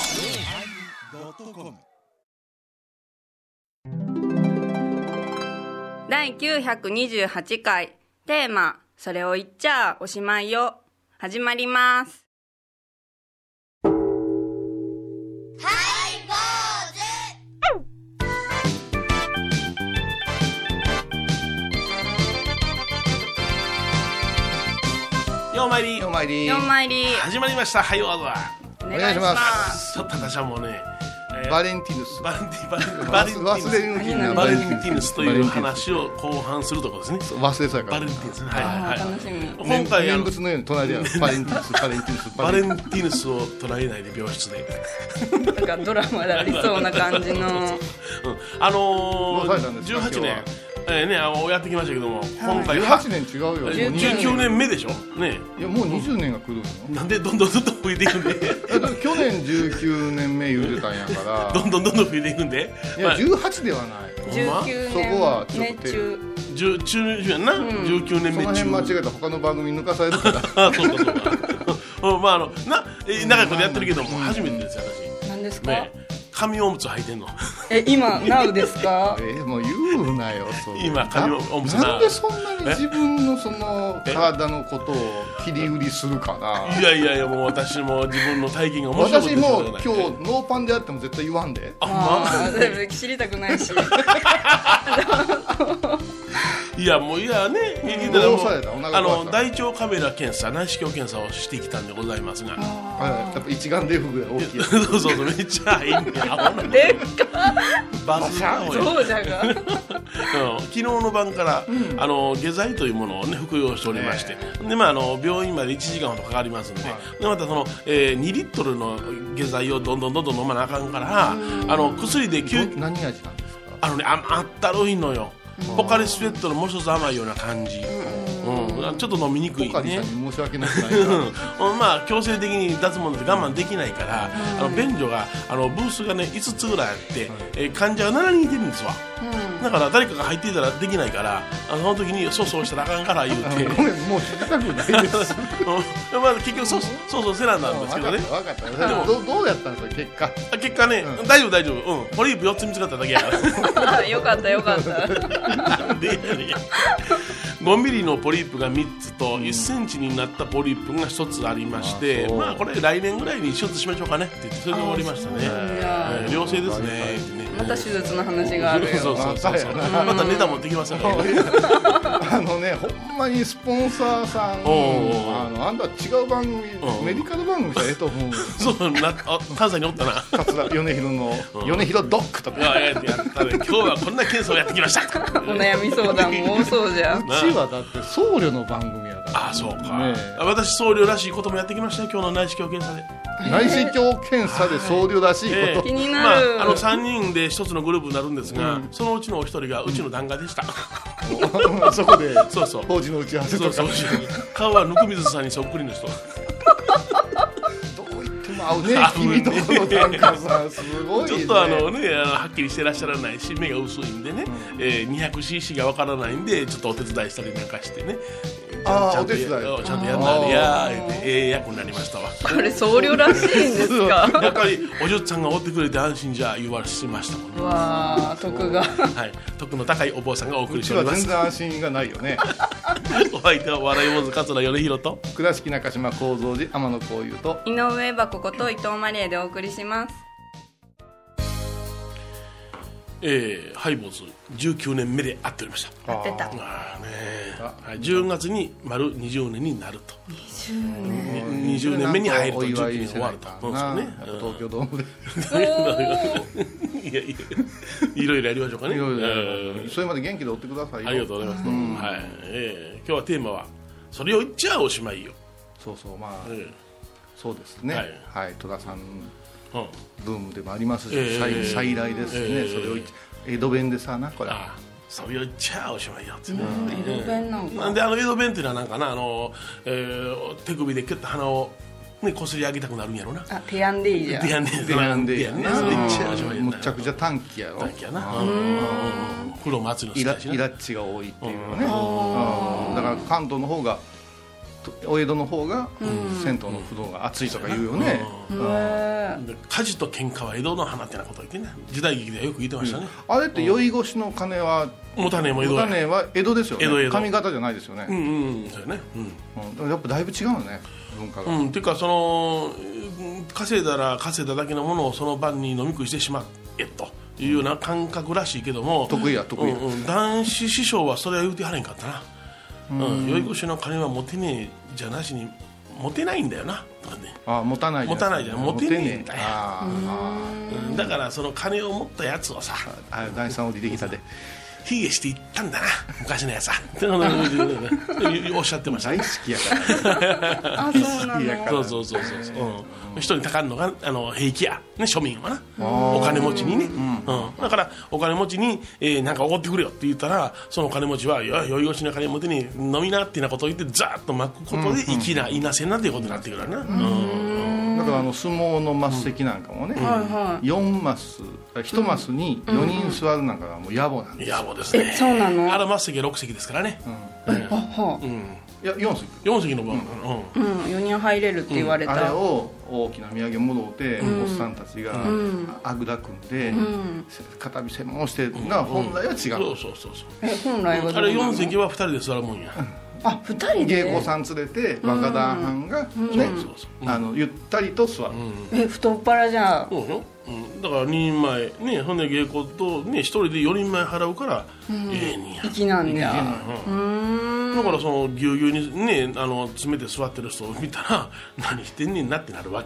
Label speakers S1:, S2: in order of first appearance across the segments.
S1: yosmir
S2: 第928回テーマ「それを言っちゃおしまいよ」始まります
S3: ようまいり
S4: お参り
S2: 4枚入り
S3: 始まりましたはいわざ
S2: お
S4: 願いします
S3: ちょっと私はもうね、えー
S4: バレンティヌス
S3: バレンティバレンバレンティ
S4: 忘忘れ
S3: ヌ
S4: る日な
S3: スバレンティヌスという
S4: バレンティ
S3: 話を後半するところですね
S4: ヌス忘れてたか
S3: バレ
S4: ら
S3: ンティヌスねはい
S2: あ
S3: はい
S2: ー
S3: は
S2: 楽しみ
S3: い今回あ
S4: 念
S3: の
S4: 仏のように隣ではバレンティヌスバレンティヌ ス
S3: バ
S4: バ
S3: レ
S4: レ
S3: ン
S4: ン
S3: ティヌスを捉えないで病室で、
S2: なんかドラマでありそうな感じの
S3: うん、あの
S4: うされたん
S3: ー、
S4: です
S3: 18
S4: か今日
S3: 年
S4: は
S3: えー、ねあのやってきましたけども、今回は
S4: 18年違うよもう20
S3: 19年目でしょね
S4: いやもう20年が来るの
S3: なんでどんどんどんどん増えていくんで
S4: えだって去年19年目言うてたんやか
S3: どんどんどんどん増えていくんで
S4: らいや18ではない
S3: ま
S2: 19
S4: そこは
S2: 年
S4: ちょっ
S2: 目
S4: と
S2: 中
S3: 十中やんな、19年
S4: そ
S3: 目
S4: の
S3: 中
S4: 辺間違えたら他の番組抜かされるから
S3: あそうかそうかうんまああのなえ長いことやってるけども初めてですよ私
S2: 何ですか
S3: ね紙おむつ履いてんの
S2: え今 NOW ですか
S4: えもう言うなよそれ
S3: 今髪をおむつな
S4: なんでそんなに自分のその体のことを切り売りするかない
S3: やいやいやもう私も自分の体験が面白い
S4: 私もう今日
S3: 日
S4: ノーパンであっても絶対言わんで
S2: ああー知りたくないし
S3: いやもういやねいい
S4: どうされたお腹
S3: あ
S4: 壊
S3: の
S4: した
S3: 大腸カメラ検査内視鏡検査をしてきたんでございますが
S4: はいやっぱ一眼レフぐらい大き いやつ
S3: そうそうそうめっちゃいいねアホな
S2: でっ
S3: バズが多い
S2: そうじゃが
S3: うん昨日の晩から、あの下剤というものを、ね、服用しておりまして、でまあ、あの病院まで1時間ほどかかりますんで,、でまたその、えー2リットルの下剤をどんどんどんどん飲まなあかんから、あの薬で
S4: ど
S3: 救
S4: 何味なんですか
S3: あの、ね、ああったるいのよ、ポカリスエットのもう一つ甘いような感じ、うんちょっと飲みにくい
S4: ポカリ
S3: ね
S4: さん。に申し訳なくな いな
S3: うんまあ、強制的に脱毛って我慢できないから、あの便所があのブースが、ね、5つぐらいあって、えー患者が7人いてるんですわ、だから誰かが入っていたらできないからあのその時にそうそうしたらあかんから言う て、うん
S4: ごめんもう聞きたく ないです
S3: まあ、結局そうそうそうせななんですけ
S4: 分
S3: どね
S4: かった分かった
S3: でも
S4: どどうやったんですか結 果
S3: あ結果ね、
S4: うん
S3: 大丈夫大丈夫、うん、ポリープ4つ見つかっただけやから
S2: あよかったよかった
S3: なんでやねん5ミリのポリープが3つと1センチになったポリープが1つありまして、
S4: あそう
S3: まあこれ来年ぐらいに手術しましょうかねって言ってそれで終わりましたね
S2: だ
S3: えー良性ですねってね
S2: また手術の話がある
S3: そ
S2: よ
S3: うそうそうそう
S4: ま
S3: またネタ持ってきますからね
S4: あのねほんまにスポンサーさん
S3: おうおうおう
S4: あのあんた違う番組
S3: うん
S4: メディカル番組したらええと思う
S3: そうなあ関西にお ったな
S4: 桂米広の
S3: うん
S4: 米広ドックと
S3: い
S4: か
S3: やいややったね今日はこんな検査をやってきました
S2: お悩み相談も多そうじゃ
S4: うちはだって僧侶の番組やか
S3: ああそうか、
S4: ねえ
S3: あ私僧侶らしいこともやってきましたよ今日の内視鏡検査で
S4: ら内視鏡検査で僧侶らしい
S3: え
S4: こ
S3: え
S4: と
S2: 気になる
S3: まあ、あの3人で1つのグループになるんですが、そのうちのお一人がうちの旦那でした、
S4: そこで
S3: そうそう
S4: 法事の打ち合わせ
S3: そ
S4: と
S3: う
S4: か
S3: そう顔は温水さんにそっくりの人
S4: どう言っても合うね
S3: 合うね
S4: 君とこの短歌さんすごいね
S3: ちょっとあのねあのはっきりしてらっしゃらないし目が薄いんでね、えー 200cc がわからないんでちょっとお手伝いしたりなんかしてね
S4: あー
S3: ちゃんと
S4: お手伝い
S3: やちゃんとやんなりやーってええ役になりましたわ
S2: これ僧侶らしいんですか
S3: やっぱりお嬢ちゃんがおってくれて安心じゃ言わしましたもんね
S2: わあ徳が
S3: はい徳の高いお坊さんがお送
S4: う
S3: りして
S4: ち
S3: お
S4: は
S3: りま
S4: 全
S3: す
S4: 然安心がないよね
S3: お相手は笑い坊主桂米広と
S4: 倉敷中島幸三寺天野幸雄と
S2: 井上箱こと伊藤マリエでお送りします
S3: えー、ハイボーズ19年目で会っておりました
S2: 出た
S3: あーねーはい、10月に丸20年になるとに20年目に入ると
S4: お祝
S3: 19
S4: い
S3: 年
S4: し
S3: 終
S4: な
S3: わ
S4: い
S3: ると
S4: か
S3: そうですよ
S4: な
S3: ね
S4: やっぱ東京ドームで
S2: おー
S3: うんいやいやいろいろやりましょうかね
S4: いろいろや
S3: うん
S4: るそれまで元気で追ってくださいよ
S3: ありがとうございます、はいえー今日はテーマは「それを言っちゃおしまいよ
S4: そうそうま」あ
S3: え
S4: そうですね
S3: はい
S4: はい戸田さん
S3: ーうん
S4: ブームでもあります
S3: ええ
S4: し再再来です
S3: ええ
S4: ねそれを一江戸弁でさなこれ
S3: ああそれを言っちゃおしまいよってね
S2: 江戸弁なん
S3: なんであの江戸弁っていうのはなんかなあの、えー手首でキュッと鼻を、ね、こすり上げたくなるんやろな。
S2: あ、テアンデイじゃん
S3: でやんねん
S4: でやんで
S3: で
S4: や
S3: やん
S4: ん
S3: ね
S4: ね
S3: んそれ言っちゃおしまいよ
S4: むちゃくちゃ短気やろ
S3: なんやな。うん。黒松の
S4: イ
S3: 好き
S4: ラ
S3: やし
S4: イ
S3: な。
S4: ラッチが多いっていうね、うんだから関東の方がお江戸の方が、銭湯の不動が熱いとか言うよね、
S2: へ
S3: で火事と喧嘩は江戸の花ってなことを言ってね時代劇ではよく言ってましたね、
S4: あれって酔い越しの鐘は、
S3: もたねえも江戸
S4: お
S3: や
S4: 金は江戸ですよね
S3: 江戸江戸
S4: 髪型じゃないですよね、
S3: うんうんそうやねうん
S4: うんでもやっぱだいぶ違うよね文化が、
S3: うん、っていうかそのうん稼いだら稼いだだけのものをその晩に飲み食いしてしまえというような感覚らしいけども
S4: 得意や得意や
S3: うんうん男子師匠はそれは言うてはれんかったなうん、酔い越しの金は持てねえじゃなしに持てないんだよなとかね
S4: ああ持たない
S3: 持たないじゃない
S4: 持て
S3: 持てねえ
S4: ね
S3: ん
S4: え
S3: だよ
S4: ああ
S3: うんだからその金を持ったやつをさ
S4: ああ第三折りできたで
S3: 卑下していったんだな昔のやつはってなことを言う おっしゃってました
S4: 大好きやから
S2: あそうな
S4: 好きや
S2: の
S4: から
S3: そうそうそうそうそう、うん、人にたかんのがあの平気や、ね、庶民はな
S4: ー
S3: お金持ちにね、うんだからお金持ちに、えーなんかおごってくれよって言ったらそのお金持ちはいや酔い越しの金持ちに飲みなってなことを言ってざーっと巻くことで生きな、いなせんなっていうことになってくるからな、うん
S4: だからあの相撲の末席なんかもね、
S2: はいはい
S4: 4マス1マスに4人座るなんかがもう野暮なんで、
S3: いやもうですね
S2: えそうなの
S3: あら末席は6席ですからね、
S2: あはい
S4: や4席
S3: 4席の分、うん
S2: あうん4人入れるって言われ
S4: あれ
S2: た
S4: を大きな土産物をて、おっさんたちがあぐら組んで、肩身専門してが本来は違
S3: そう
S4: う、
S3: そうそうそう
S2: え本来はど
S3: あ
S2: う
S3: れ
S2: なの
S3: 4席は2人で座るもんや
S2: あ二人で
S4: 芸妓さん連れて若旦藩が、ね
S3: そうそう
S4: あのゆったりと座る、
S2: え太っ腹じゃん
S3: そうよ、うん、だから2人前ねほんで芸妓とね一人で4人前払うからええにや、
S2: 粋なんだよ
S3: だからそのぎゅうぎゅうにねあの詰めて座ってる人を見たら 何してんねんなってなるわ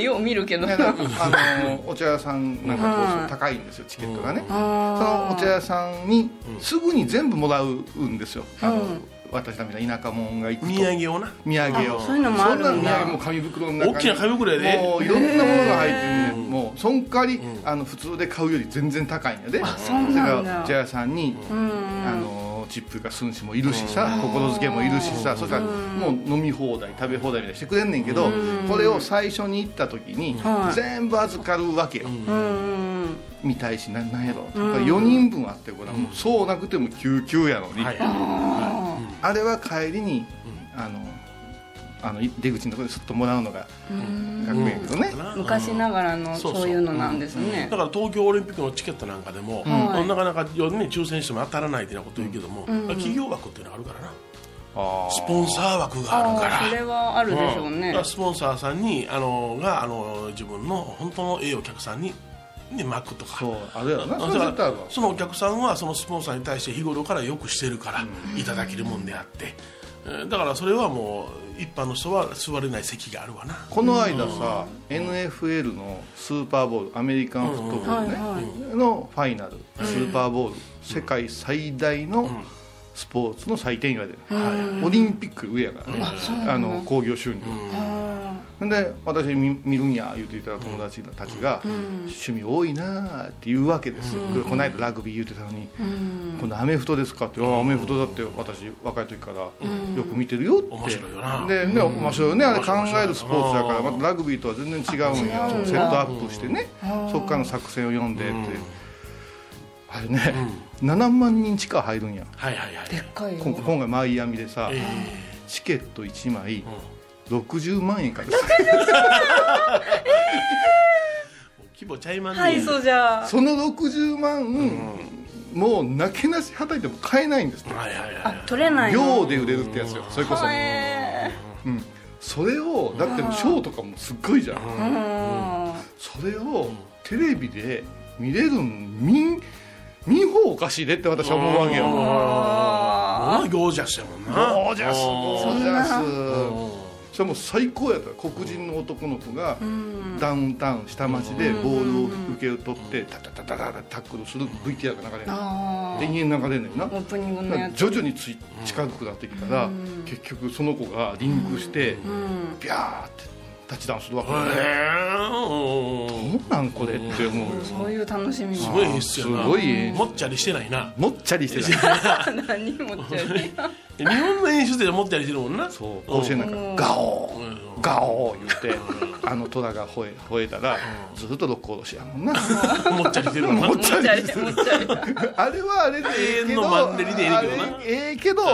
S2: よう見るけど
S4: ねなんかあのお茶屋さんなんかこうそう高いんですよチケットがね、そのお茶屋さんにすぐに全部もらうんですよ、あの私らみたいな田舎者が行くと
S3: 土産をな
S4: 土産を
S2: あそういうのもあるんだ
S4: そんなの土産も紙袋の中に
S3: 大きな紙袋やで
S4: もういろんなものが入ってるねもうそん代わり、あの普通で買うより全然高いんやで
S2: そうなんだ
S4: から茶屋さんに、あのチップが寸志もいるしさ心づけもいるしさそしたらもう飲み放題食べ放題みたいにしてくれんねんけどこれを最初に行った時に
S2: はい
S4: 全部預かるわけよ
S2: うん
S4: 見たいしななんやろ4人分あってこれはもうそうなくても救急やのに
S3: はい
S4: あれは帰りに、あのあのい出口のところですっともらうのが学園やけどね、
S3: な
S2: 昔ながらの
S3: そうそう
S2: そういうのなんですね
S3: だから東京オリンピックのチケットなんかでも、
S2: はい
S3: なかなか、ね、抽選しても当たらないってなこと言うけども、企業枠っていうのがあるからな
S4: あ
S3: スポンサー枠があるか
S2: ああそれ
S3: ら
S2: はあるでしょう
S3: うんだ
S2: ね
S3: からスポンサーさんにあのがあの自分の本当のええお客さんに、ね、巻くとか
S4: そうあれやろなそれ
S3: だ
S4: 絶対
S3: から
S4: あるわ
S3: そのお客さんはそのスポンサーに対して日頃からよくしてるからいただけるもんであって、えーだからそれはもう一般の人は座れない席があるわな
S4: この間さ、NFL のスーパーボールアメリカンフットボールね、
S2: うんはい
S4: のファイナルスーパーボール、世界最大のスポーツの祭典言われてる、オリンピックより上やからね、あの興行収入、ん、で私見見るんや言っていた友達たちが、趣味多いなあって言うわけですよ、この間ラグビー言ってたのに、このアメフトですかって「ああアメフトだって私若い時からよく見てるよ」って、
S3: 面白いよな
S4: でね面白いよねあれ考えるスポーツだからまたラグビーとは全然違うんや
S2: 違うんだ
S4: セットアップしてねそっからの作戦を読んでってあれね7万人近く入るんや
S3: はいはいはい
S2: でっかいよ
S4: 今今回マイアミでさ
S3: え
S4: チケット1枚60万円から
S3: ー規模ちゃいまんねん
S2: はいそうじゃあ
S4: その60万もうなけなしはたいても買えないんですって
S3: はいはいはい
S2: あ取れないの
S4: 秒で売れるってやつよそれこそ
S2: はえ
S4: それをだってショーとかもすっごいじゃん
S2: ーうん
S4: それをテレビで見れるの見ん見方おかしいでって私は思うわけよ
S3: もうゴージャスやもんな
S4: ゴージャスゴージャ
S3: う
S4: ス
S3: ん
S4: しかも最高やった黒人の男の子がダウンタウン下町でボールを受け取ってタタタタタタタックルする VTR が流れる
S2: あ
S4: で家の中でんねんな
S2: ーオープニングのやつ
S4: 徐々につい近くなってきたら結局その子がリンクしてビャーってタッチダウンするわけよね
S3: へえ
S4: どうなんこれって思うよ
S2: そういう楽しみ
S3: す
S2: も
S3: ごい演出やな
S4: すごい演出
S3: もっちゃりしてないな
S4: もっちゃりしてた
S2: 何もっちゃい
S3: 日本の演出でもっちゃりしてるもんな
S4: そう甲子園なんかガオーガオー言ってあの虎が吠え吠えたらずっと六甲おろしやもんな
S3: もっちゃりしてるもんな
S4: もっ
S2: もっ
S4: ちゃ
S2: ちゃ
S4: り
S2: り
S4: して
S2: もっちゃり
S4: あれはあれでええけど
S3: 永遠のマンネリでええけどな
S4: あれええけども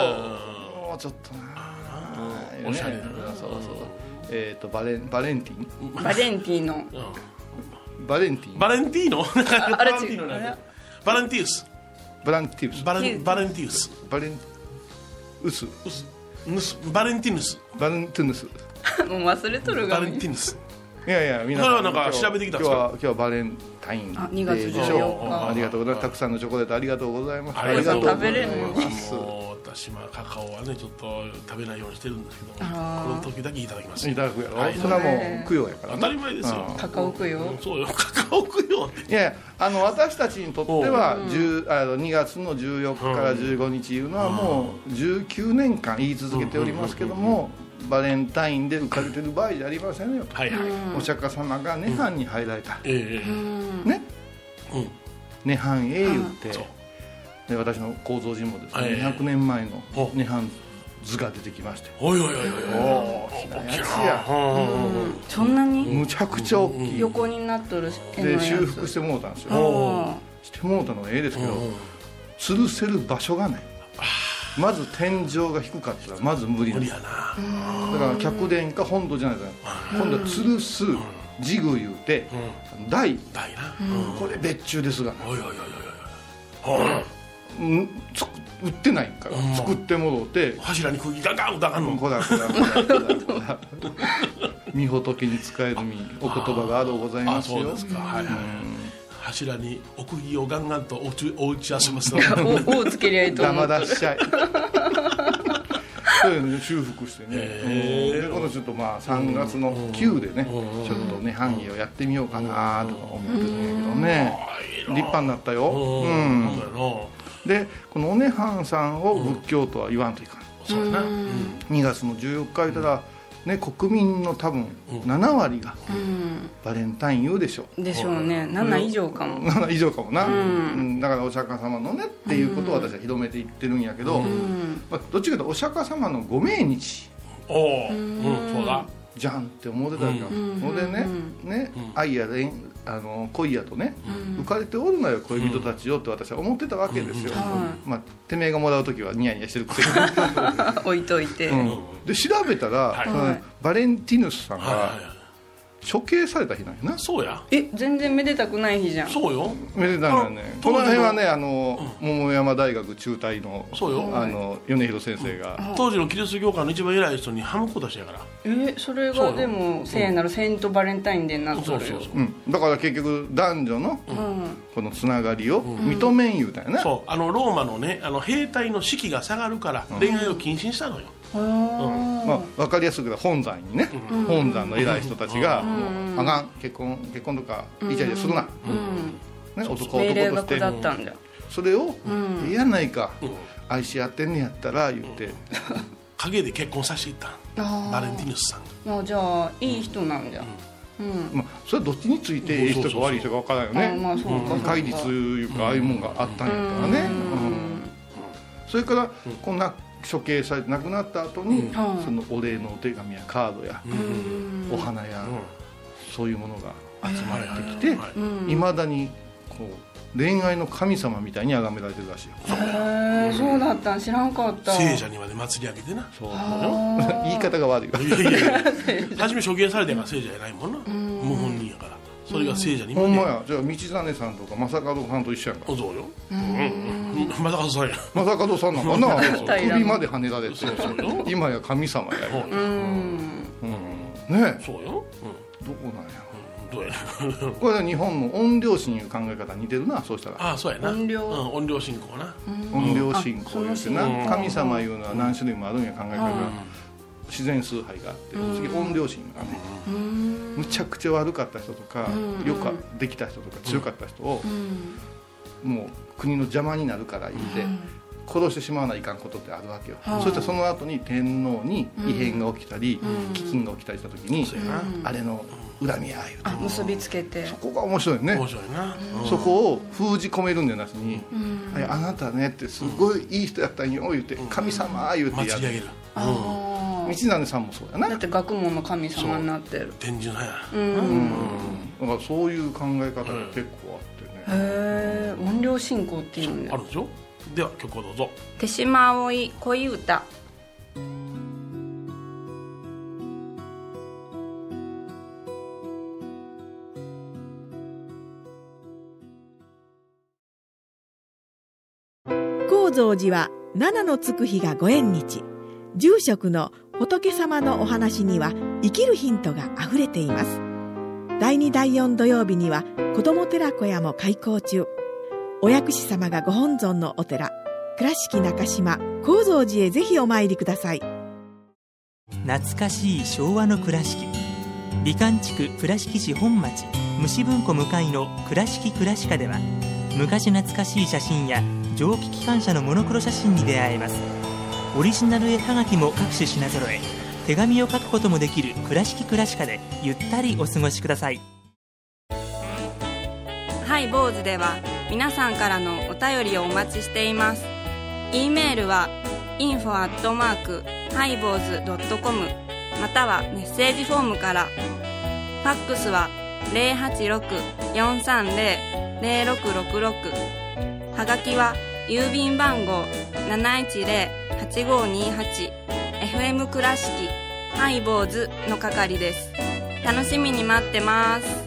S4: うちょっとなよね
S3: おしゃれだな
S4: そうそうえっ、とバレンバレンティン
S2: バレンティーノ
S4: バレンティン
S3: バレンティーノバ
S2: れ
S3: レンティーノなんだバレンティウス
S4: ブランティウス
S3: バレンバレンティウス
S4: バレンウス
S3: ウスヌスバレンティヌス
S4: バレンティヌス
S2: もう忘れとるが
S3: バレンティヌス
S4: いやいや皆
S3: そ
S4: さ
S3: れ
S4: ん
S3: はなんか
S4: 今日
S3: 調べてきたんですか
S4: 今日は今日はバレンタインデ
S2: あ
S4: ー
S2: 2月
S4: でし
S2: 14
S4: ょ
S2: 日
S4: ありがとうございますたくさんのチョコレートありがとうございます
S3: ありがとうございます
S4: ます
S3: もう私はカカオはねちょっと食べないようにしてるんですけどこ
S2: あー
S3: の時だけいただきます
S4: いただくやろ、
S3: はい
S4: それはもう供養やから
S3: 当
S4: ね
S3: たり前ですよ
S2: カカオ供
S3: う
S2: 養
S3: んそうよカカオ食よって
S4: いやいやあの私たちにとっては10あの2月の14日から15日いうのはもう19年間言い続けておりますけどもバレンタインで浮かれてる場合じゃありませんよと
S3: はいはい
S4: お釈迦様が涅槃に入られた
S3: ええ
S4: ね
S3: うん
S4: 涅槃へ言って
S3: そう
S4: で私の構造寺もですね
S3: はい
S4: 200年前の
S3: お
S4: 涅槃図が出てきまして
S3: おいおいおいおいおい
S4: 大きなやつや
S3: うん
S2: そんなに
S4: むちゃくちゃ大きい
S2: 横になっとる絵のや
S4: で
S2: つ
S4: 修復してもうたんですよ
S2: あ
S4: してもうたのはええですけど
S3: うん
S4: 吊るせる場所がないまず天井が低かったらまず無理な
S3: 無理
S4: んです
S3: やな
S4: だから客殿か本土じゃないですか今度は吊るすジグ言うて台
S3: だいなうん
S4: これ別注ですが
S3: おいおいおいおい
S4: うんつく売ってないから
S3: ん
S4: 作ってもろうて
S3: おい柱に釘ガンガン打たかんの
S4: こらこらこらこらこら御仏に使える身お言葉があろうござい
S3: あ
S4: ます
S3: そう
S4: よ
S3: ですかはいはい柱にお釘をガンガンとおうちお打ち合わせます
S2: ーおおつけりゃいいと思
S4: 黙
S2: う
S4: らっしゃいそういうの修復してね、
S3: へー
S4: で今度ちょっとまあ3月の9でね、ちょっとね範囲をやってみようかなとか思ってるんだけどね、立派になったよ、
S3: う
S4: うんん
S3: そうやな
S4: でこのおねはんさんを仏教とは言わんといかん、
S3: そうやなうん
S4: 2月の14日言ったら、ね、国民の多分7割がバレンタイン言うでしょう
S2: でしょうね7以上かも
S4: 7以上かもな、うんだからお釈迦様のねっていうことを私は広めていってるんやけど、まあ、どっちかというとお釈迦様のご命日
S3: おおうんそうだ
S4: じゃんって思ってたじゃん、ほんでね,、ね愛や恋あの恋やとね、浮かれておるのよ恋人たちよって私は思ってたわけですよ、まあ、てめえがもらう時はニヤニヤしてるくせに、
S2: 置いといて
S4: うんで調べたら、
S3: はい
S4: そのバレンティヌスさん
S3: はいはい
S4: が
S3: はい
S4: 処刑された日なんやな
S3: そうや
S2: え全然めでたくない日じゃん
S3: そうよ
S4: めでたいのよね
S3: あ
S4: この辺はねあの、桃山大学中退の
S3: そうよ
S4: あの米広先生が、
S3: 当時のキリスト教会の一番偉い人にハムコ出してやから
S2: えそれ
S3: そう
S2: がで
S3: よ
S2: も聖なるセントバレンタインデーになっ
S3: そ
S2: と
S3: う
S2: る
S3: そう
S2: よ
S3: そう
S4: うんだから結局男女のこのつながりを認めん言うたんやな、
S3: そうあのローマのねあの兵隊の士気が下がるから恋愛を禁止にしたのよ
S2: あ
S4: まあ、分かりやすく言うと本山にね、本山の偉い人たちが「もうあかん結婚結婚とかイチャイチャするな」ね、
S2: ー
S4: 男
S2: 命令
S4: 男
S2: が
S4: として
S2: 下ったんじゃ
S4: それを「いやないか愛し合ってんねやったら」言って
S3: 影で結婚させていった
S2: あー
S3: バレンティヌスさんが
S2: あじゃあいい人なんじゃ
S4: まあそれはどっちについていい人か悪い人か分からんよね
S2: あまあそうかそうか
S4: 戒律いうかああいうもんがあったんやったらねうんそれからこんな処刑されて亡くなった後にそのお礼のお手紙やカードやお花やそういうものが集まってきて
S3: はい
S4: いまだにこう恋愛の神様みたいに崇められてるらしいよ
S2: へえそうだったん知らんかった
S3: 聖者にまで祭り上げてな
S4: そう言い方が悪いわ
S3: いやいやいや 初め処刑されたんが聖者じゃないもんな無本人やからそれが聖者にま
S4: ほ
S3: で
S4: んまやじゃあ道真さんとか正門さんと一緒やんか
S3: そうようんまだかそうや
S4: 正門さんなんか な
S2: 平らな
S4: 首まで跳ねられて
S3: そうそうよ
S4: 今や神様やよねえ
S3: そうよ
S4: どこなんや
S3: うんどうやな
S4: これで日本の音量神いう考え方似てるなそうしたら
S3: ああそうやな
S2: 音量
S3: うん音量進行な
S4: 音量信仰言うてな
S3: あその信仰
S4: 神様いうのは何種類もあるんや考え方が自然崇拝があって次音量神があってむちゃくちゃ悪かった人とかよくできた人とか強かった人をもう国の邪魔になるから言って殺してしまわないかんことってあるわけよそしてその後に天皇に異変が起きたり飢饉が起きたりした時に
S3: そうやな
S4: あれの恨みや言うて
S2: あ結びつけて
S4: ここが面白いよね
S3: 面白いなうん
S4: そこを封じ込めるんじゃなしに「はいあなたね」ってすごいいい人やったんよ言うて「神様」言うてや
S3: 祭り上げる
S4: る道真さんもそうやな
S2: だって
S4: だか
S2: 学問の神様になってる
S3: 天神さんや
S4: らそういう考え方が結構あってね
S2: へえ音量信仰っていうんだ
S3: あるでしょでは曲をどうぞ
S2: 手島葵恋歌
S1: 蔵寺は七のつく日がご縁日住職の仏様のお話には生きるヒントがあふれています第2第4土曜日には子ども寺小屋も開校中お薬師様がご本尊のお寺倉敷中島・高蔵寺へぜひお参りください
S5: 懐かしい昭和の倉敷美観地区倉敷市本町虫文庫向かいの「倉敷倉歯科」では昔懐かしい写真や蒸気機関車のモノクロ写真に出会えますオリジナル絵はがきも各種品揃え手紙を書くこともできる「倉敷倉歯科」でゆったりお過ごしください
S2: ハイボーズでは皆さんからのお便りをお待ちしています。e メールは info アットマークハイボーズドットコムまたはメッセージフォームから。ファックスは086-430-0666はがきは郵便番号710-8528 FM 倉敷ハイボーズの係です。楽しみに待ってます。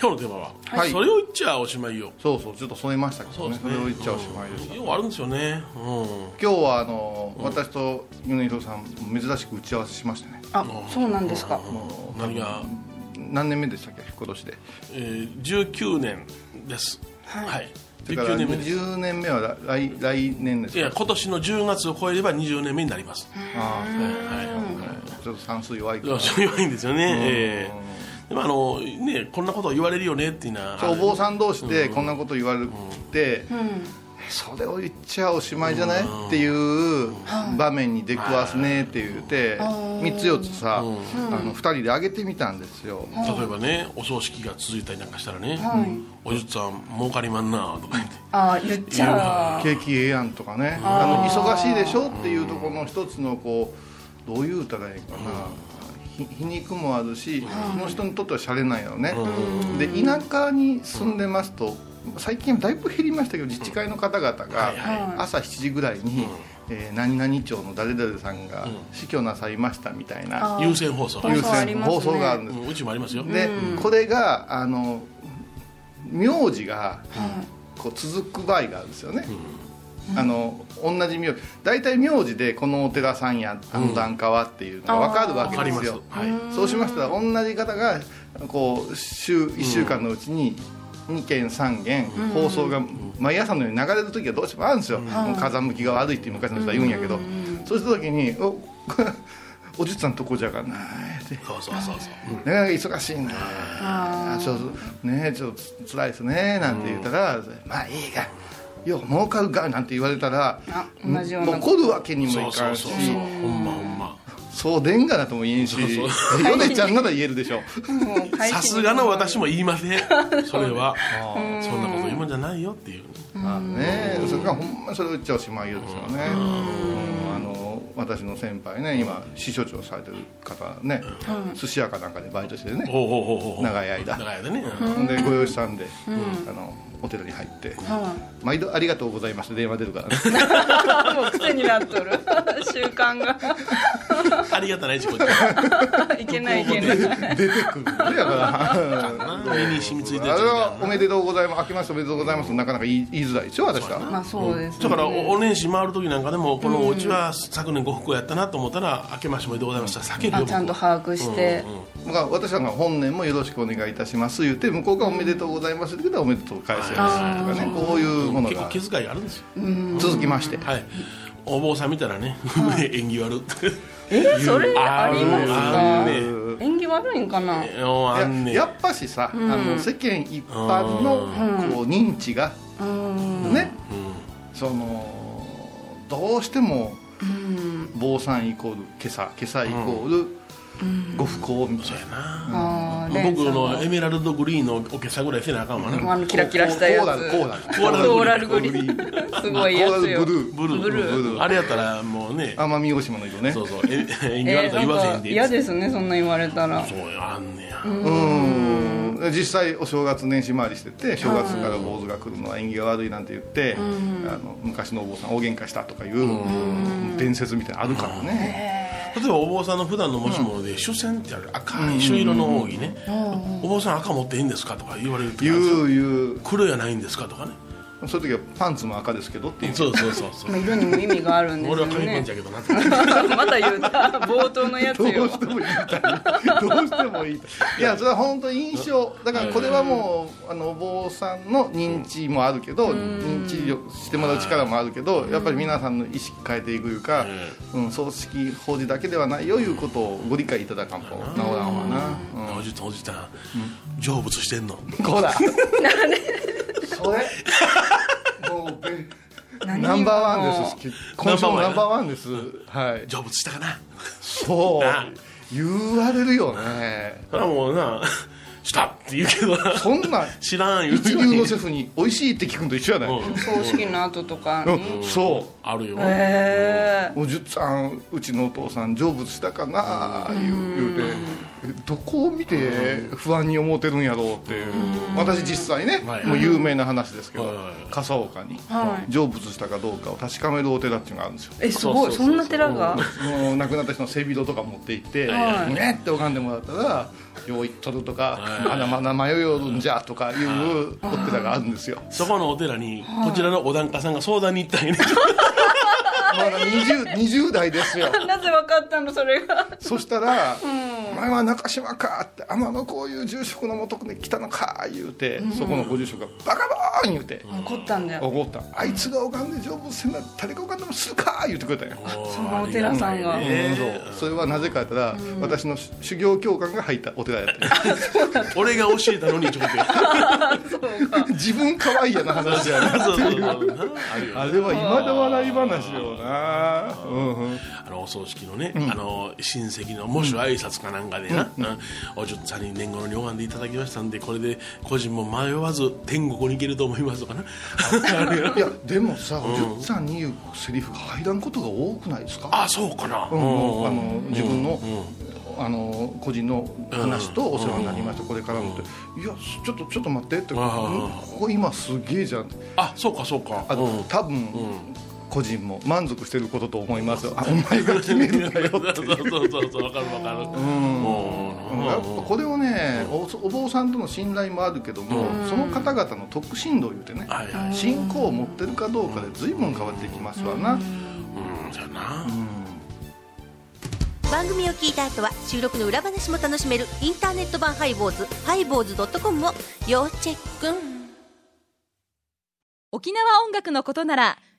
S3: 今日のテーマは、
S4: はい
S3: それを言っちゃおしまいよ
S4: そうそうちょっと添えましたけどね
S3: そ
S4: そう
S3: ですね
S4: れを言っちゃおしまいです、
S3: ようあるんですよねうん
S4: 今日はあの、私と米広さん珍しく打ち合わせしましたね
S2: あ、そうなんですか。
S3: うん何が、
S4: 何年目でしたっけ今年で
S3: えー、19年ですはい、
S4: だから
S3: 19年目です
S4: 20年目は来来年です
S3: い
S4: か
S3: や今年の10月を超えれば20年目になります、
S4: ああ
S3: はいはいはい
S4: ちょっと算数弱いけ
S3: いや
S4: ど
S3: それはいいんですよね、ええでもあの、ね、こんなことを言われるよねっていうのは
S4: そうお坊さん同士でこんなこと言われて、それを言っちゃおしまいじゃない、っていう場面に出くわすねって言って、3つ4つさ、あの2人で上げてみたんですよ、
S3: 例えばねお葬式が続いたりなんかしたらね「おじゅっさん儲かりまんな」とか言って
S2: あー、言っちゃう。
S4: 景気ええやんとかねあの忙しいでしょっていうところの一つのこうどういう歌がいいかな、ひ皮肉もあるし、その人にとってはシャレないよね、で田舎に住んでますと、最近だいぶ減りましたけど自治会の方々が朝7時ぐらいに、えー何々町の誰々さんが死去なさいましたみたいな
S3: 優先放送、
S2: あ
S4: 優
S2: 放送あり
S4: 先
S2: ますね
S4: 放送があるんです
S3: うんうちもありますよ、
S4: で、これがあの名字がこう続く場合があるんですよね、あの同じ名字大体名字でこのお寺さんやあの檀家はっていうのが分かるわ
S3: わ
S4: け
S3: かり
S4: で
S3: ますす、
S4: よ、
S3: はい、
S4: そうしましたら同じ方がこう週1週間のうちに2件3件放送が毎朝のように流れる時はどうしてもあるんですよ、もう風向きが悪いって昔の人は言うんやけど、そうした時に「お おじさんとこじゃがない」って
S3: そうそうそうそう、うん
S4: なかなか忙しいなあちょっとねちょっとつ辛いですねなんて言ったら、まあいいがよう儲かるがなんて言われたら
S2: あ同じような
S4: 残るわけにも
S3: そう
S4: い
S3: そ
S4: か
S3: うんそ
S4: し
S3: うそうほんまほんま
S4: そうでんがなとも言えんし
S3: そう
S4: ヨネちゃんなら言えるでしょ
S2: もう会
S3: さ
S2: 費
S3: すがの私も言いま せんそれはそんなこと言うもんじゃないよっていう
S4: まあねそれからほんまそれを言っちゃおしまいよですよねうんあの私の先輩ね今支所長されてる方ね寿司屋かなんかでバイトしてね
S3: ほうほうほうほうほう
S4: 長い間
S3: 長い間ね、
S4: でご用意さんで、あのお寺に入って、毎度ありがとうございます電話出るからね
S2: もう癖になっとる習慣
S3: ありがたない事故
S2: がいけないいけない
S4: 出てくるねだから
S3: 目に染み ついてる
S4: あ
S3: みたい
S4: れは
S3: な
S4: おめでとうございます明けましておめでとうございますなかなか言い言いづらいでしょ私は
S2: まあそうですね
S3: だからおお年始回る時なんかでもこのお家は昨年ご不幸やったなと思ったら明けましておめでとうございました避ける
S2: あ
S3: よ
S2: ちゃんと把握して
S4: だから私は本年もよろしくお願いいたします言って向こうがおめでとうございますって言ったらおめでとう返せますとかねこういうもの
S3: 結構
S4: が
S3: 気遣いがあるんですよ、
S4: 続きまして
S3: はいお坊さん見たらね 縁起悪って
S2: えそれあります
S3: あ
S2: か
S3: んね
S2: 縁起悪いんかな
S3: おあんね
S4: ややっぱしさあの世間一般のこう認知がねそのどうしても坊さんイコール今朝今朝イコールご不幸みたいな
S2: あーレン
S3: 僕
S2: さん
S3: のエメラルドグリーンのおけさぐらいせなあかんわな、
S2: あのキラキラしたやつ
S4: コーラルコー
S2: コ
S3: コ
S4: ラル
S3: ー
S2: ー
S3: ラ
S2: ラ
S3: ル
S2: ル
S3: グ
S2: グ
S3: リ
S2: リ
S3: ーン
S2: ーンすごいやつよ
S4: コーラルブルー
S3: ブルー
S2: ブルー
S4: ブルー
S3: あれやったらもうね
S4: 奄美大島の色ね
S3: そうそうえ縁起悪い
S2: え
S3: と
S2: な
S3: 言
S2: ん
S3: わせへ
S2: か
S3: んで
S2: 嫌ですねそんな言われたら
S3: そうよあんねや
S4: うん実際お正月年始回りしてて正月から坊主が来るのは縁起が悪いなんて言って、あの昔のお坊さん大喧嘩したとかいう、伝説みたいなのあるからね、
S3: 例えばお坊さんの普段の持ち物で朱線ってある赤い朱色の扇ね、お坊さん赤持っていいんですかとか言われる時あるんですよ
S4: 言う言う
S3: 黒やないんですかとかね
S4: そういう時はパンツも赤ですけどって言う
S3: そうそうそうそう
S6: まあ色にも意味があるんです
S3: 俺
S6: よ
S3: は紙パン
S6: ね
S3: チやけど な
S6: また言うた冒頭のやつ
S4: どう
S6: よ
S4: しても言いたいどうしても言いたいいやそれは本当印象だからこれはもうあのお坊さんの認知もあるけど認知してもらう力もあるけどやっぱり皆さんの意識変えていくいうか、うん、葬式法事だけではないよいうことをご理解いただかんとなおらんわな、
S3: おじいちゃんおじいちゃん成仏してんの
S4: うん、こうだそれもうべナンバーワンです今週もナンバーワンですはい
S3: 成仏したかな
S4: そう
S3: な
S4: 言われるよね
S3: それはもうなしたって言うけどな
S4: そんなん
S3: 知らん言う
S4: 一
S3: て
S4: 流のシェフに美味しいって聞くのと一緒やない、
S3: うん
S6: 葬式の後とか
S4: う
S6: に
S4: んそ
S3: あるよ
S6: へえ
S4: うおじゅっさんうちのお父さん成仏したかな言う言うてどこを見て不安に思ってるんやろうっていう私実際ね
S3: はい
S4: もう有名な話ですけど
S3: はいはいはい
S4: 笠岡に
S6: は
S4: 成仏したかどうかを確かめるお寺っていうのがあるんですよ
S6: えすごいそんな寺が
S4: もう亡くなった人の背広とか持って行って「
S6: はい
S4: ね」って拝んでもらったら「よう言っとる」とか「まだまだ迷よるんじゃ」とかいうお寺があるんですよ
S3: そこのお寺にこちらのお檀家さんが相談に行ったんやね
S4: まだ 20, 20代ですよ
S6: なぜわかったのそれが
S4: そしたら「お前は中島か」って「天野こういう住職のもとに来たのか」言うて、そこのご住職が「バカボーン!」言うて
S6: 怒ったんだよ
S4: 怒った「あいつが拝んで成仏せんなら誰が拝んでもするか!」言うてくれたんよ
S6: そのお寺さんが
S3: あり
S4: うん
S3: え
S4: そう
S3: ー
S4: それはなぜかやったら、私の修行教官が入ったお寺やったよ
S3: 俺が教えたのにちょっと
S4: 自分かわいいやな話やな
S3: そうそうそうあるよ
S4: あれは今だ笑い話よな、うんうん
S3: あのお葬式のね、あの親戚のもし挨拶かなんかでな、うんおじゅんさんに年頃に拝んでいただきましたんでこれで個人も迷わず天国に行けると思いますと かなあるよ
S4: いやでもさ、おじゅっさんに言うセリフが入らんことが多くないですか
S3: あそうかな、
S4: うんあの自分の,、あの個人の話とお世話になりました、これからもって、いやちょっとちょっと待ってって、
S3: ん
S4: うんここ今すげえじゃんって
S3: あそうかそうか
S4: あの、
S3: うん
S4: 多分、個人も満足してることと思いますよあお前が決めるんだよって
S3: そうそうそうそうわかるわかるうん
S4: やっぱこれをねおお坊さんとの信頼もあるけども、その方々の特進度を言うてね、
S3: はいはい
S4: 信仰を持ってるかどうかで随分変わってきますわな、
S3: うんそうやな、
S7: 番組を聞いた後は収録の裏話も楽しめるインターネット版ハイボーズハイボーズドットコムを要チェック
S8: 沖縄音楽のことなら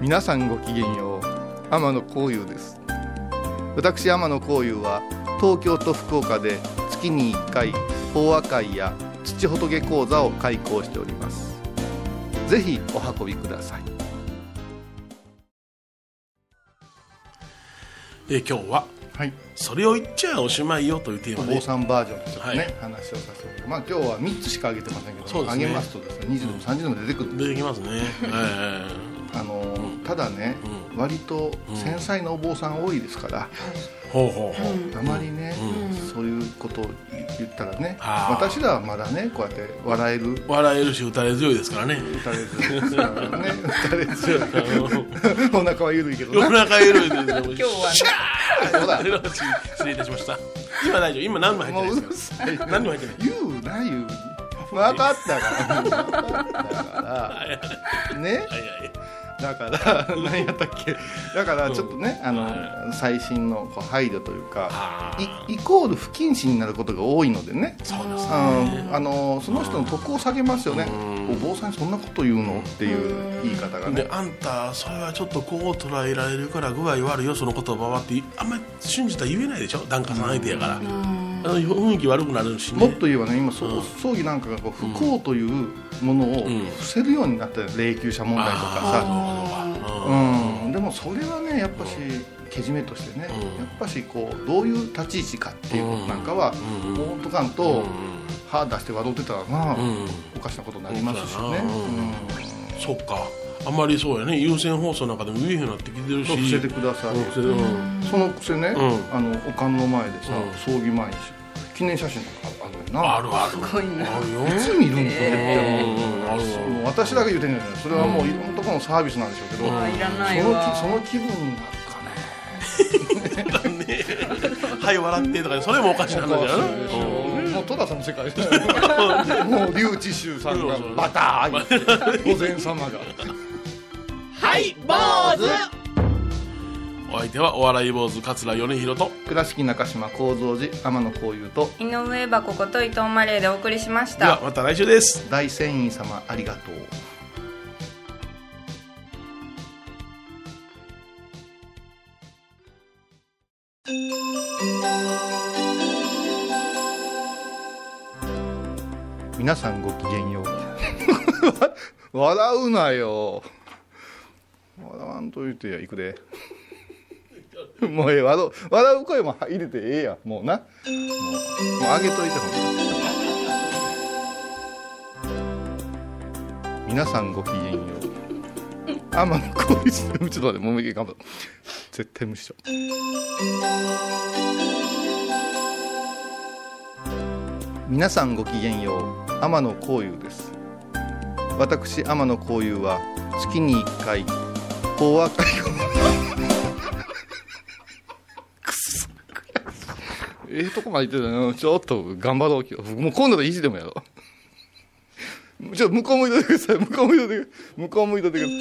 S4: 皆さんごきげんよう天野幸雄です私天野幸雄は東京と福岡で月に1回法和会や土仏講座を開講しておりますぜひお運びください
S3: で今日は
S4: はい
S3: 「それを言っちゃおしまいよ」というテー
S4: お
S3: マで
S4: 坊さんバージョンでちょっとね、
S3: はい
S4: 話をさせてまあ今日は3つしかあげてませんけど
S3: そうです
S4: あ
S3: ね
S4: げますとですね20でも30でも出てくる、
S3: 出てきますね、え
S4: あのーただね、
S3: う
S4: 割と繊細なお坊さん多いですから、
S3: えほうほうほう、
S4: あまりね、
S6: ん
S4: そういうことを言ったらね、
S3: あー
S4: 私らはまだねこうやって笑える
S3: 笑えるし打たれ強いですからね
S4: 打たれずだからね打たれずお腹は緩いけど
S3: お
S4: な
S3: 腹緩いですね今日
S6: は
S4: ほら
S3: 失礼いたしました今大丈夫今何も入って
S4: も
S3: な
S4: う
S3: いうで
S4: る
S3: す
S4: さい
S3: から何も入ってない
S4: 言うな言うに分かっ たから分かったからね
S3: はいはい
S4: だから 何やったっけだからちょっとね、あの最新のこう配慮というか
S3: あ
S4: イイコール不謹慎になることが多いのでね
S3: そうですね
S4: うんあのその人の得を下げますよねお坊さんにそんなこと言うのっていう言い方が
S3: で
S4: ね
S3: あんたそれはちょっとこう捉えられるから具合悪いよその言葉はってあんまり信じたら言えないでしょ檀家さん相手やから、あの雰囲気悪くなるしね
S4: もっと言えばね今、そ葬儀なんかがこう不幸というものを伏せるようになったよ霊柩車問題とかさ、うん、でもそれはねやっぱしけじめとしてね、やっぱしこうどういう立ち位置かっていうことなんかは、ほんとかんと、歯出して笑ってたらな、おかしなことになりますしね。
S3: そっかあんまりそうやね優先放送なんかでも言えへんようになってきてるし
S4: そう伏せてください
S3: うん伏せてうん
S4: そのくせね、
S3: う
S4: あのおかんの前でさ、
S3: うん
S4: 葬儀前に記念写真とかあるのよな
S3: あるあるあるよ
S4: いつ見るんだよ、
S3: うんあるわ
S4: もう私だけ言うてんじゃないそれはもういろんなところのサービスなんでしょうけど、
S6: あいら
S4: そ
S6: ない
S4: の
S6: わ
S4: 気その気分になるかね
S3: はい笑ってとかそれもおかしな話やな
S4: もう戸田さんの世界ですよもう竜智秀さんがバター 言って御前様が
S3: はい坊主お相手はお笑い坊主桂米広と
S4: 倉敷中島幸三寺天野幸雄と
S6: 井上箱こと伊藤マレーでお送りしまし
S3: で
S6: た
S3: はまた来週です
S4: 大仙院様ありがとう皆さんごきげんよう 笑うなよ笑わんと言うてやいくで もうええ笑う笑う声も入れてええやんもうなもうもう上げといてほんと皆さんごきげんよう天野浩一のちょっと待ってもう一回頑張ろう絶対無視しよう皆さんごきげんよう天野幸雄です私天野幸雄は月に1回講和会を くそ ええとこまで言ってたのちょっと頑張ろう今日もう今度の意地でもやろうちょっと向こう向いといてください。向こう向いといてください。向こう向いといてくださ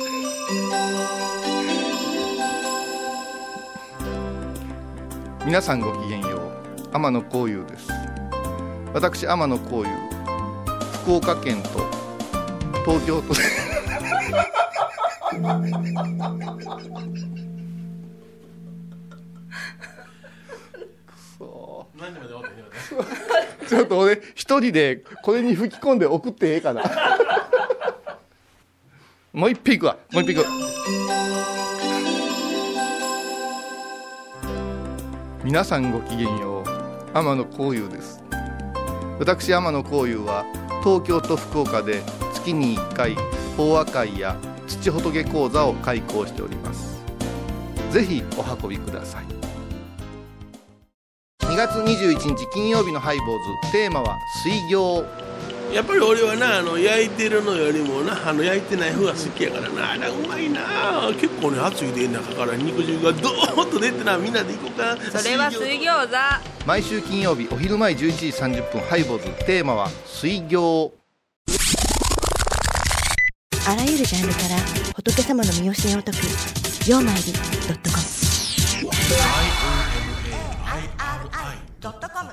S4: い。皆さんごきげんよう。天野幸雄です。私天野幸雄、福岡県と東京 都で。
S3: 何でまで終わった
S4: ちょっと俺一人でこれに吹き込んで送ってええかなもう一匹いくわもう一匹いくわ皆さんごきげんよう天野幸雄です私天野幸雄は東京と福岡で月に1回法和会や土仏講座を開講しておりますぜひお運びください2月21日金曜日のハイボーズテーマは水行
S3: やっぱり俺はなあの焼いてるのよりもなあの焼いてない方が好きやからなあれうまいな結構ね熱いで中から肉汁がドーッと出てなみんなで行こうか
S2: それは水餃子
S4: 毎週金曜日お昼前11時30分ハイボーズテーマは水行
S9: あらゆるジャンルから仏様の身教えを解く「曜マイり .com」
S7: ドットコム